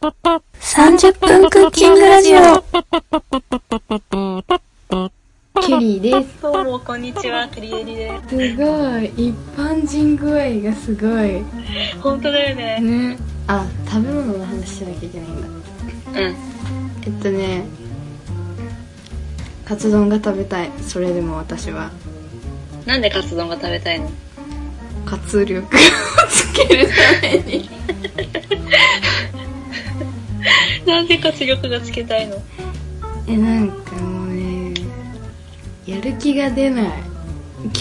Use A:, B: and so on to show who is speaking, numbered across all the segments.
A: 30分クッキングラジオ
B: ケリーです。
C: どうもこんにちは、クリエリです
B: ごい、一般人具合がすごい。
C: す。本当だよね。
B: ね。あ、食べ物の話しなきゃいけないんだ。
C: うん。
B: えっとね、カツ丼が食べたい。それでも私は、
C: なんでカツ丼が食べたいの
B: 活力をつけるために。
C: なんで活力がつけたいの
B: え、なんかもうね、やる気が出ない。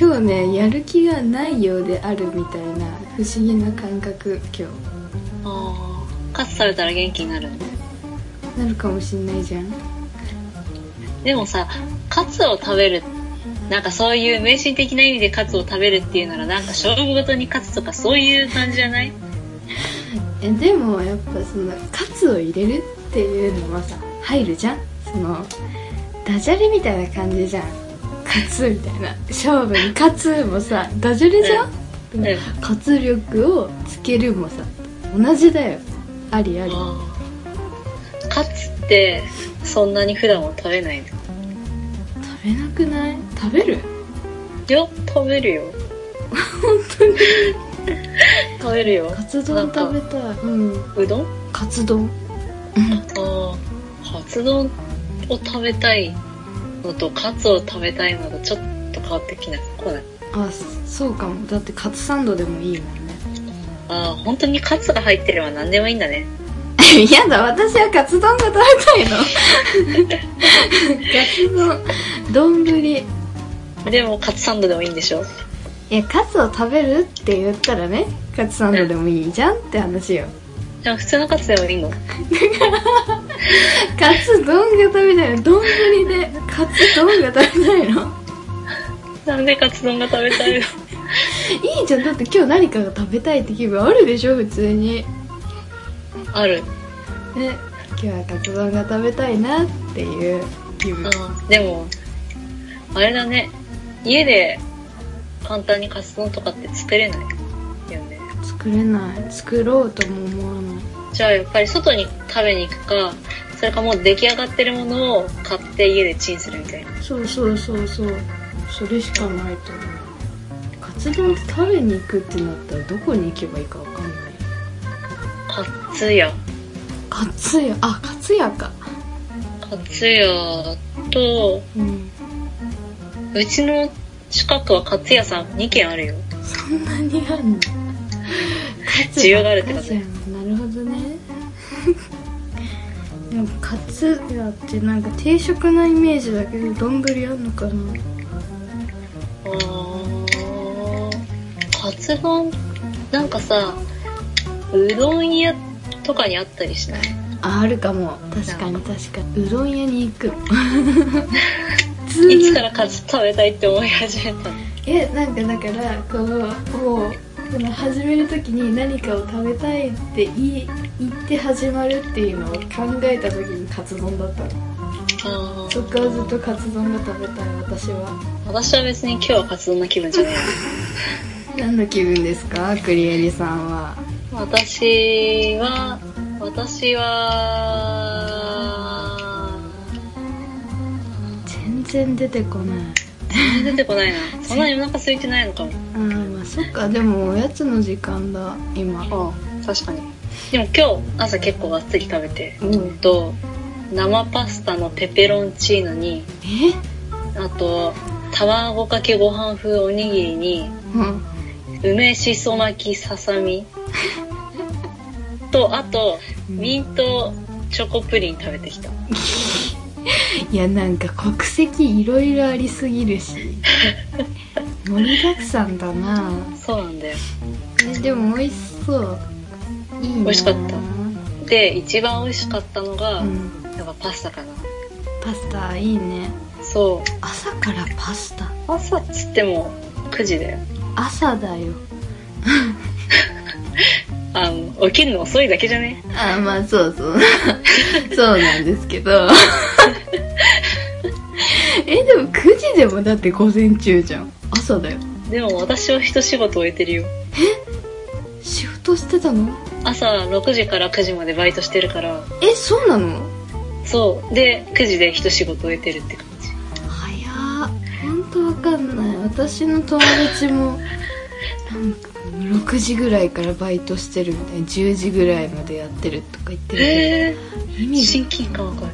B: 今日ね、やる気がないようであるみたいな不思議な感覚、今
C: ああ。カツ食べたら元気になるの
B: 日。なるかもしんないじゃん。
C: でもさ、カツを食べる。なんかそういう迷信的な意味でカツを食べるっていうならなんか勝負ごとにカツとかそういう感じじゃない
B: えでもやっぱそのカツを入れるっていうのはさ入るじゃんそのダジャレみたいな感じじゃんカツみたいな勝負にカツもさダジャレじゃん、
C: うんうん
B: 活力をつけるもさ同じだよありあり
C: ああ。カツってそんなに普段は食べないの
B: 食べなくない食べる
C: よ、食べるよ。 本当に食べるよ。
B: カツ丼食べたいうん
C: うどん
B: カツ丼
C: ああ、カツ丼を食べたいのとカツを食べたいのとちょっと変わってきなこない。
B: あそうかもだってカツサンドでもいいもんね
C: ああ、本当にカツが入ってれば何でもいいんだね。
B: やだ私はカツ丼が食べたいのカツ丼丼
C: でもカツサンドでもいいんでしょ
B: いやカツを食べるって言ったらねカツサンドでもいいじゃんって話よ
C: でも普通のカツでもいいの
B: カツ丼が食べたいの丼でカツ丼が食べたいの
C: なんでカツ丼が食べたいの
B: いいじゃんだって今日何かが食べたいって気分あるでしょ普通にね
C: ある。
B: 今日はカツ丼が食べたいなっていう気分
C: うん。でも、あれだね。家で簡単にカツ丼とかって作れないよね。
B: 作れない作ろうとも思わない
C: じゃあやっぱり外に食べに行くか、それかもう出来上がってるものを買って家でチンするみたいな。
B: そうそうそうそうそれしかないと思うカツ丼食べに行くってなったらどこに行けばいいかわかんない
C: カツヤ。
B: カツ屋あカツ屋か
C: カツヤと、
B: うん
C: うちの近くはカツヤさん2軒あるよ。
B: そんなにあるの
C: 需要があるってこと
B: カツ屋なるほどね でもカツ屋ってなんか定食なイメージだけど丼あんのかな
C: あーカツ丼、なんかさ、うどん屋とかにあったりしない
B: ああるかも確かに確かにうどん屋に行く
C: いつからカツ食べたいって思い始めたの
B: えなんかだからこのもうその始める時に何かを食べたいって言い言って始まるっていうのを考えた時にカツ丼だったの
C: あ
B: そ
C: ー
B: っからずっとカツ丼が食べたい私は
C: 私は別に今日はカツ丼の気分じゃない。
B: 何の気分ですかクリエリさんは
C: 私は、私 は、
B: 全然出てこない
C: 出てこないな。そんなにお腹空いてないのかも。
B: あーまあそっかでもおやつの時間だ今
C: ああ確かにでも今日朝結構がっつり食べて
B: うん
C: うんと生パスタのペペロンチーノに
B: え
C: あと卵かけご飯風おにぎりに
B: うん
C: 梅しそ巻きささみとあとミントチョコプリン食べてきた
B: いやなんか国籍いろいろありすぎる し盛りだくさんだな
C: そうなんだよ
B: えでも美味しそういいな
C: 美味しかったで一番美味しかったのが、
B: うん、
C: やっぱパスタかな
B: パスタいいね
C: そ
B: 朝からパスタ
C: う朝っつっても9時だよ
B: 朝だよ
C: あの起きるの遅いだけじゃね
B: あまあそうそう そうなんですけど えでも9時でもだって午前中じゃん朝だよ
C: でも私は一仕事終えてるよ
B: 仕事してたの
C: 朝6時から9時までバイトしてるから
B: えそうなの
C: そうで9時で一仕事終えてるって感じ
B: 早っ本当わかんない私の友達もなんか6時ぐらいからバイトしてるみたいな10時ぐらいまでやってるとか言ってるけ
C: へえ
B: ど意味
C: 親近感わかる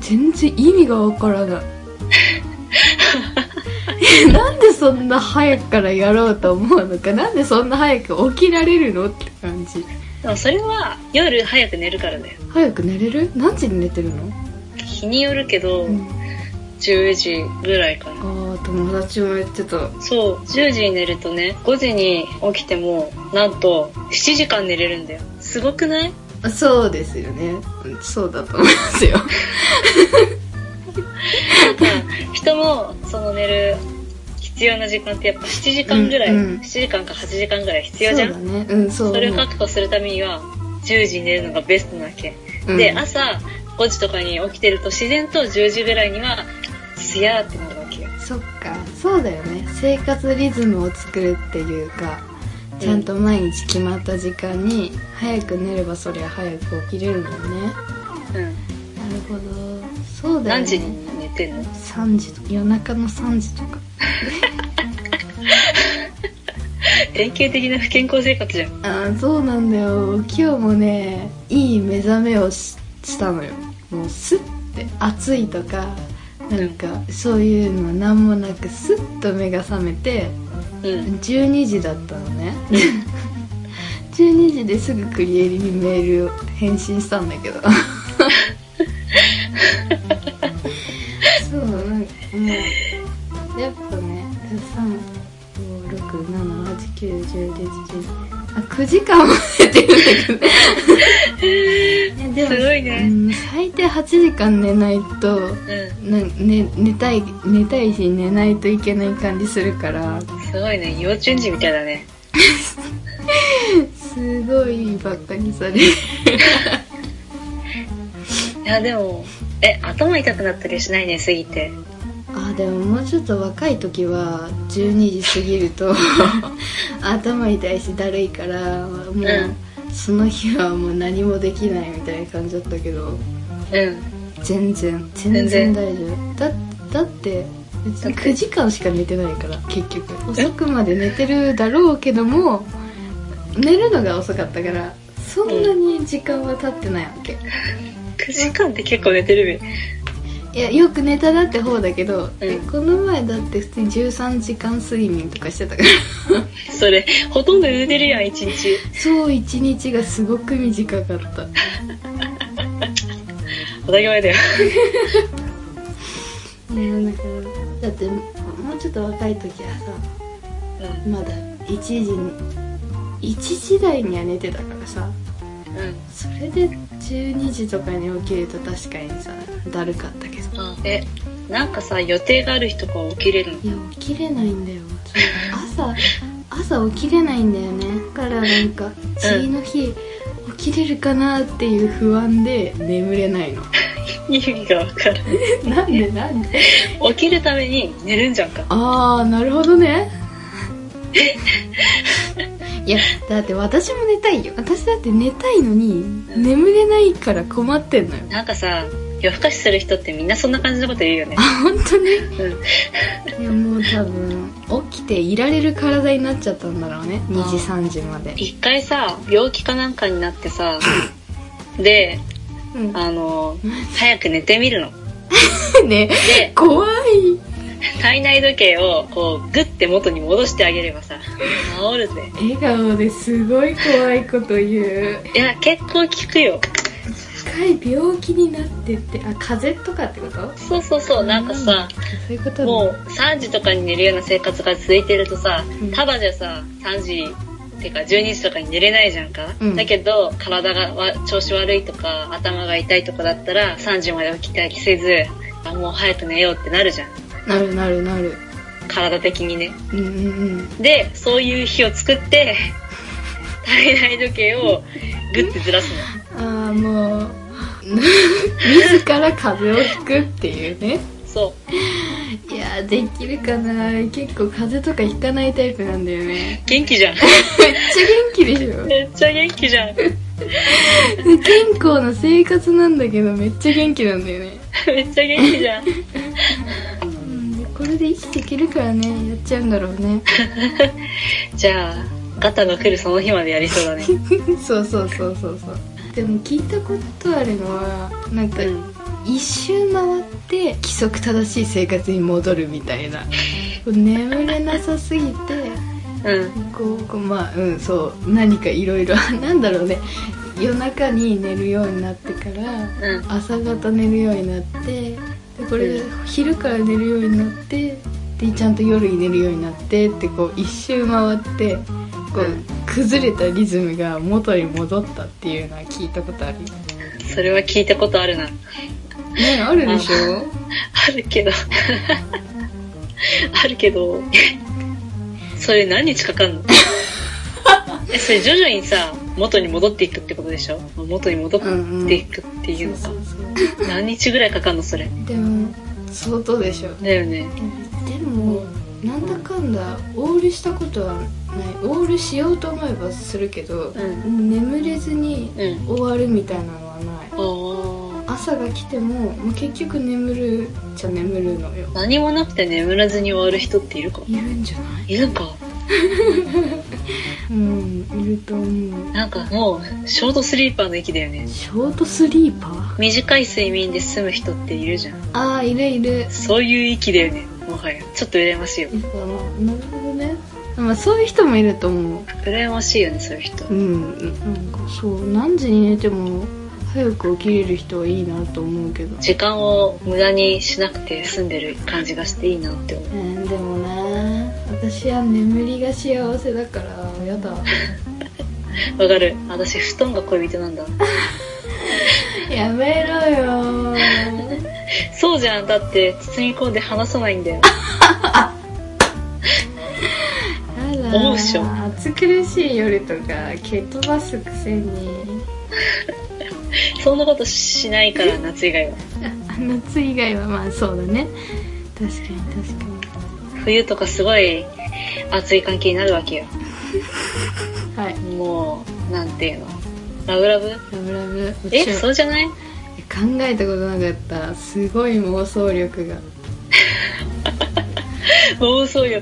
B: 全然意味がわからない えなんでそんな早くからやろうと思うのかなんでそんな早く起きられるのって感じ
C: でもそれは夜早く寝るからだよ
B: 早く寝れる何時に寝てるの、
C: 日によるけど、
B: うん
C: 10時ぐらいかな
B: ああ友達も言ってた
C: そう10時に寝るとね5時に起きてもなんと7時間寝れるんだよすごくない
B: そうですよねうんそうだと思いますよ
C: 人もその寝る必要な時間ってやっぱ7時間ぐらい、
B: うんうん
C: 7時間か8時間ぐらい必要じゃん
B: そうだねうんそう
C: それを
B: 思う
C: 確保するためには10時に寝るのがベストなわけ、
B: うん
C: で朝5時とかに起きてると自然と10時ぐらいにはすやーってなるわけよ
B: そっかそうだよね生活リズムを作るっていうかちゃんと毎日決まった時間に早く寝ればそりゃ早く起きれるもんねな
C: うん
B: るほどそうだよね
C: 何時に寝てんの
B: 3時とか夜中の3時とか
C: 典型的な不健康生活じゃん
B: ああそうなんだよ今日もねいい目覚めをししたのよもうスッて暑いとかなんかそういうの何もなくスッと目が覚めて
C: うん
B: 12時だったのね 12時ですぐクリエリにメールを返信したんだけどそうなんかもうやっぱね35678910111あ9時間も寝てるんだ けどいや
C: すごいね
B: うん最低8時間寝ないと
C: うん
B: な、ね、寝たい寝たいし寝ないといけない感じするから
C: すごいね幼稚園児みたいだね
B: すごいバカにされる
C: いやでもえ頭痛くなったりしないね過ぎて
B: あでももうちょっと若い時は12時過ぎる と頭痛いしだるいからもう、
C: う
B: その日はもう何もできないみたいな感じだったけど
C: うん
B: 全然全然大丈夫だだって別に9時間しか寝てないから結局遅くまで寝てるだろうけども寝るのが遅かったからそんなに時間は経ってないわけ、
C: 9時間って結構寝てるべ
B: いやよく寝たなって方だけど、え
C: うん
B: この前だって普通に13時間睡眠とかしてた から
C: それほとんど寝てるやん一日
B: そう一日がすごく短かった
C: 当たり前だよ
B: ねだからだってもうちょっと若い時はさまだ1時に1時台には寝てたからさ
C: うんうん
B: それで12時とかに起きると確かにさだるかったけど
C: あえなんかさ予定がある日とか起きれるの
B: いや起きれないんだよ朝朝起きれないんだよねだからなんか次の日起きれるかなっていう不安で眠れないの
C: 意味がわかる
B: なんでなんで
C: 起きるために寝るんじゃんか
B: ああなるほどねいやだって私も寝たいよ私だって寝たいのに眠れないから困ってんのよ
C: なんかさ夜更かしする人ってみんなそんな感じのこと言うよね
B: あ本当ね
C: うん
B: いやもう多分起きていられる体になっちゃったんだろうね2時
C: あ
B: 3時まで
C: 一回さ病気かなんかになってさで
B: うん
C: あの早く寝てみるの
B: ね
C: で
B: 怖い
C: 体内時計をこうグッて元に戻してあげればさ治るぜ
B: 笑顔ですごい怖いこと言う
C: いや結構効くよ
B: 深い病気になってってあ風邪とかってこと
C: そうそうそうなんかさ
B: そういうことだ
C: もう3時とかに寝るような生活が続いてるとさ、
B: うん
C: ただじゃさ、3時ってか12時とかに寝れないじゃんか。
B: うん
C: だけど、体がわ調子悪いとか、頭が痛いとかだったら、3時まで起きたりせず、あ、もう早く寝ようってなるじゃん。
B: なるなるなる
C: 体的にね。
B: うんうんうん
C: で、そういう日を作って、 体内時計をグッてずらすの。
B: ああもう 自ら風邪をひくっていうね
C: そ
B: いやーできるかな結構風邪とかひかないタイプなんだよ ね
C: 元気じゃん。
B: めっちゃ元気でしょ
C: めっちゃ元気じゃん。
B: 不健康な生活なんだけどめっちゃ元気なんだよね
C: めっちゃ元気じゃん。
B: うんこれで生きていけるからねやっちゃうんだろうね
C: じゃあ、ガタの来るその日までやりそうだね。
B: そうそうそうそうそうでも聞いたことあるのはなんか
C: うん。
B: 一周回って規則正しい生活に戻るみたいな眠れなさすぎて
C: うん。
B: こうこうまあうんそう何かいろいろなんだろうね夜中に寝るようになってから
C: うん。
B: 朝方寝るようになってでこれで昼から寝るようになってでちゃんと夜に寝るようになってってこう一周回ってこ
C: うん
B: う崩れたリズムが元に戻ったっていうのは聞いたことあるよ
C: それは聞いたことあるな。
B: ねあるでしょ
C: ある けど。あるけど。それ何日かかんのえ、それ徐々にさ、元に戻っていくってことでしょ元に戻っていくっていうのか。何日ぐらいかかんのそれ。
B: でも相当でしょ
C: だよね。
B: でもなんだかんだオールしたことはないオールしようと思えばするけど、
C: うん
B: 眠れずに
C: うん。
B: 終わるみたいなのはない
C: あー
B: 朝が来てももう結局眠るじゃ眠るのよ
C: 何もなくて眠らずに終わる人っているか
B: いるんじゃない
C: いるか
B: うんいると思う
C: なんかもう、ショートスリーパーの域だよね。
B: ショートスリーパー
C: 短い睡眠で済む人っているじゃん。
B: ああいるいる
C: そういう域だよね。もはや。ちょっと羨ましいよ。
B: なるほどねまあそういう人もいると思う
C: 羨ましいよね、そういう人。
B: うんなんかそう何時に寝ても早く起きれる人はいいなと思うけど
C: 時間を無駄にしなくて済んでる感じがしていいなって思う。
B: うんでもな私は眠りが幸せだからやだ
C: わかる。私、布団が恋人なんだ。
B: やめ ろよー
C: そうじゃん。だって、包み込んで話さないんだよ。
B: あら
C: 思うっしょ
B: 暑苦しい夜とか蹴飛ばすくせに
C: そんなことしないから、夏以外は。
B: あ夏以外はまあそうだね確かに確か
C: 冬とかすごい熱い関係になるわけよ。
B: にはい
C: もう、なんていうの。ラブラブ
B: ラブラブう
C: え、
B: ちは
C: そうじゃない
B: 考えたことなかったすごい妄想力が
C: 妄想力。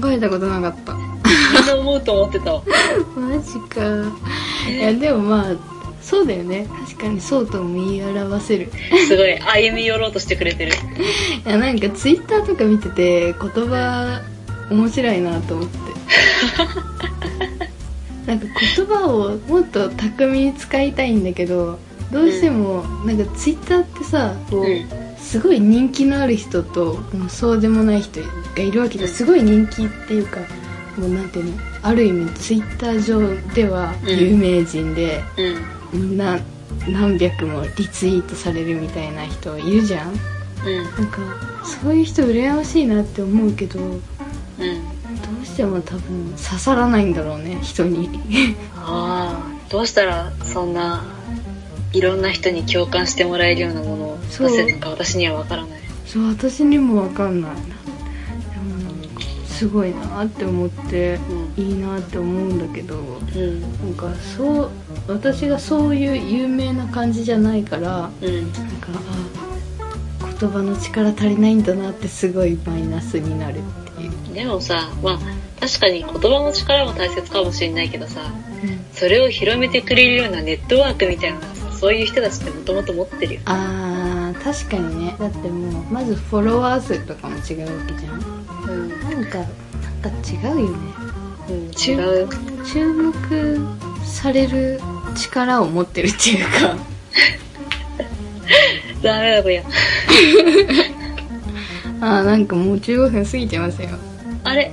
B: 考えたことなかった
C: みんな思うと思ってたわ。
B: マジかいやでもまあそうだよね確かにそうとも言い表せる
C: すごい、歩み寄ろうとしてくれてる。
B: いやなんかツイッターとか見てて言葉面白いなと思って なんか言葉をもっと巧みに使いたいんだけどどうしてもなんかツイッターってさこう、
C: うん
B: すごい人気のある人ともうそうでもない人がいるわけじゃんすごい人気っていうかもうなんていうのある意味ツイッター上では有名人で、
C: うん。
B: な何百もリツイートされるみたいな人いるじゃん
C: うん。
B: なんかそういう人羨ましいなって思うけどど
C: うん。
B: うしても多分刺さらないんだろうね人に
C: ああ、どうしたらそんな、いろんな人に共感してもらえるようなものを
B: そう
C: 出せるのか私にはわからない。
B: そう私にも分かんないなでもなんかすごいなって思って
C: うん。
B: いいなって思うんだけど
C: うん。
B: なんかそう私がそういう有名な感じじゃないからなん
C: うん。
B: かあ言葉の力足りないんだなってすごいマイナスになるっていう、
C: でもさ、まあ、確かに言葉の力も大切かもしれないけどさ、それを広めてくれるようなネットワークみたいなのがさそういう人たちってもともと持ってるよ。
B: あー確かにねだってもうまずフォロワー数とかも違うわけじゃん
C: うん。
B: なんかなんか違うよね
C: うん、違う。
B: 注目される力を持ってるっていうか
C: ダメだこりゃ。
B: あーなんかもう15分過ぎてますよ
C: あれ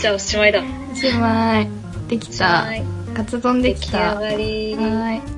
C: じゃあおしまいだ。
B: おしまいできた
C: はい
B: カツ丼で
C: 出
B: き
C: 来
B: たは
C: 上がり。
B: ーい